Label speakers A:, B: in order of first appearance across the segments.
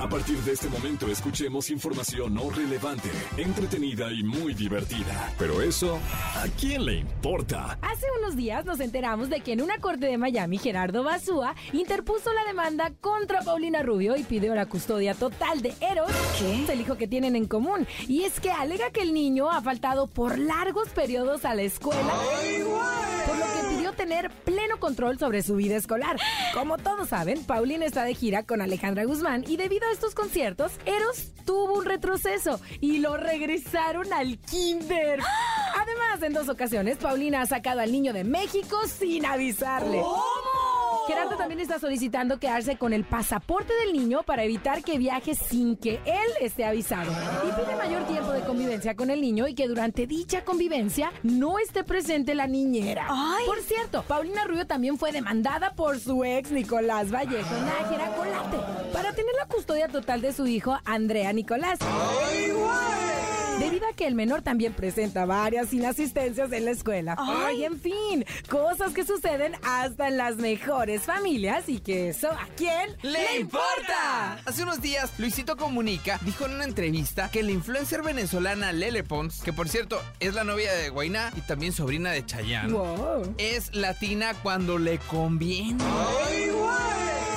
A: A partir de este momento escuchemos información no relevante, entretenida y muy divertida. Pero eso, ¿a quién le importa?
B: Hace unos días nos enteramos de que en una corte de Miami, Gerardo Basúa interpuso la demanda contra Paulina Rubio y pidió la custodia total de Eros, que es el hijo que tienen en común. Y es que alega que el niño ha faltado por largos periodos a la escuela, por lo que pidió tener pleno control sobre su vida escolar. Como todos saben, Paulina está de gira con Alejandra Guzmán y debido a estos conciertos, Eros tuvo un retroceso y lo regresaron al kinder. Además, en dos ocasiones, Paulina ha sacado al niño de México sin avisarle. Gerardo también está solicitando quedarse con el pasaporte del niño para evitar que viaje sin que él esté avisado. Y pide mayor tiempo de convivencia con el niño y que durante dicha convivencia no esté presente la niñera. Por cierto, Paulina Rubio también fue demandada por su ex Nicolás Vallejo Nájera Colate para tener la custodia total de su hijo Andrea Nicolás. Debido a que el menor también presenta varias inasistencias en la escuela. Ay, en fin, cosas que suceden hasta en las mejores familias y que eso a quién
C: ¡Le importa! Hace unos días, Luisito Comunica dijo en una entrevista que la influencer venezolana Lele Pons, que por cierto es la novia de Guainá y también sobrina de Chayanne,
B: Wow.
C: es latina cuando le conviene.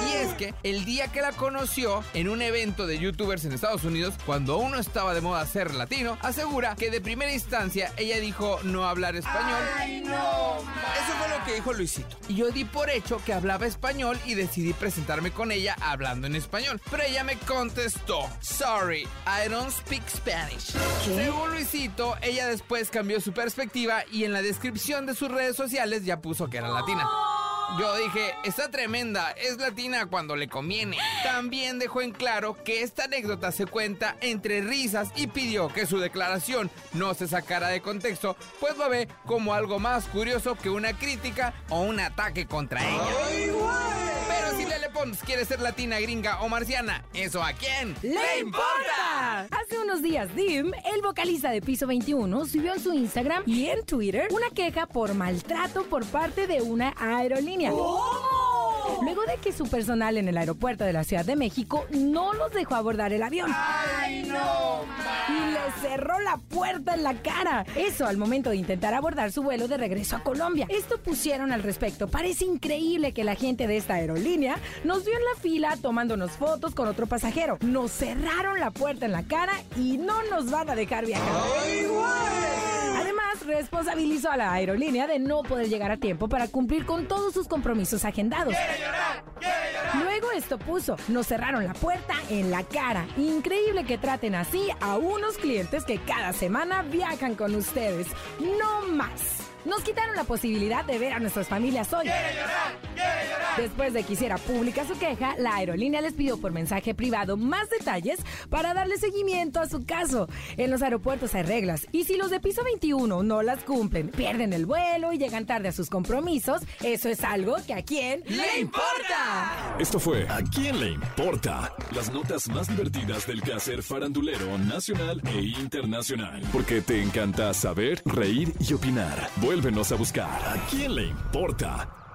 C: Y es que el día que la conoció en un evento de youtubers en Estados Unidos, cuando aún no estaba de moda ser latino, asegura que de primera instancia ella dijo no hablar español. Eso fue lo que dijo Luisito. Y yo di por hecho que hablaba español y decidí presentarme con ella hablando en español. Pero ella me contestó, sorry, I don't speak Spanish. Según Luisito, ella después cambió su perspectiva y en la descripción de sus redes sociales ya puso que era latina. Yo dije, está tremenda, es latina cuando le conviene. También dejó en claro que esta anécdota se cuenta entre risas y pidió que su declaración no se sacara de contexto, pues lo ve como algo más curioso que una crítica o un ataque contra ella. Pero si Lele Pons quiere ser latina, gringa o marciana, ¿eso a quién
B: ¡Le importa! Hace unos días, Dim, el vocalista de Piso 21, subió en su Instagram y en Twitter una queja por maltrato por parte de una aerolínea. Luego de que su personal en el aeropuerto de la Ciudad de México no los dejó abordar el avión. Y le cerró la puerta en la cara. Eso al momento de intentar abordar su vuelo de regreso a Colombia. Esto pusieron al respecto. Parece increíble que la gente de esta aerolínea nos vio en la fila tomándonos fotos con otro pasajero. Nos cerraron la puerta en la cara y no nos van a dejar viajar. Además, responsabilizó a la aerolínea de no poder llegar a tiempo para cumplir con todos sus compromisos agendados. Luego esto puso, nos cerraron la puerta en la cara. Increíble que traten así a unos clientes que cada semana viajan con ustedes. No más. Nos quitaron la posibilidad de ver a nuestras familias hoy. Después de que hiciera pública su queja, la aerolínea les pidió por mensaje privado más detalles para darle seguimiento a su caso. En los aeropuertos hay reglas y si los de piso 21 no las cumplen, pierden el vuelo y llegan tarde a sus compromisos, eso es algo que a quién
C: ¡Le importa!
A: Esto fue ¿A quién le importa? Las notas más divertidas del quehacer farandulero nacional e internacional. Porque te encanta saber, reír y opinar. Vuélvenos a buscar ¿A quién le importa?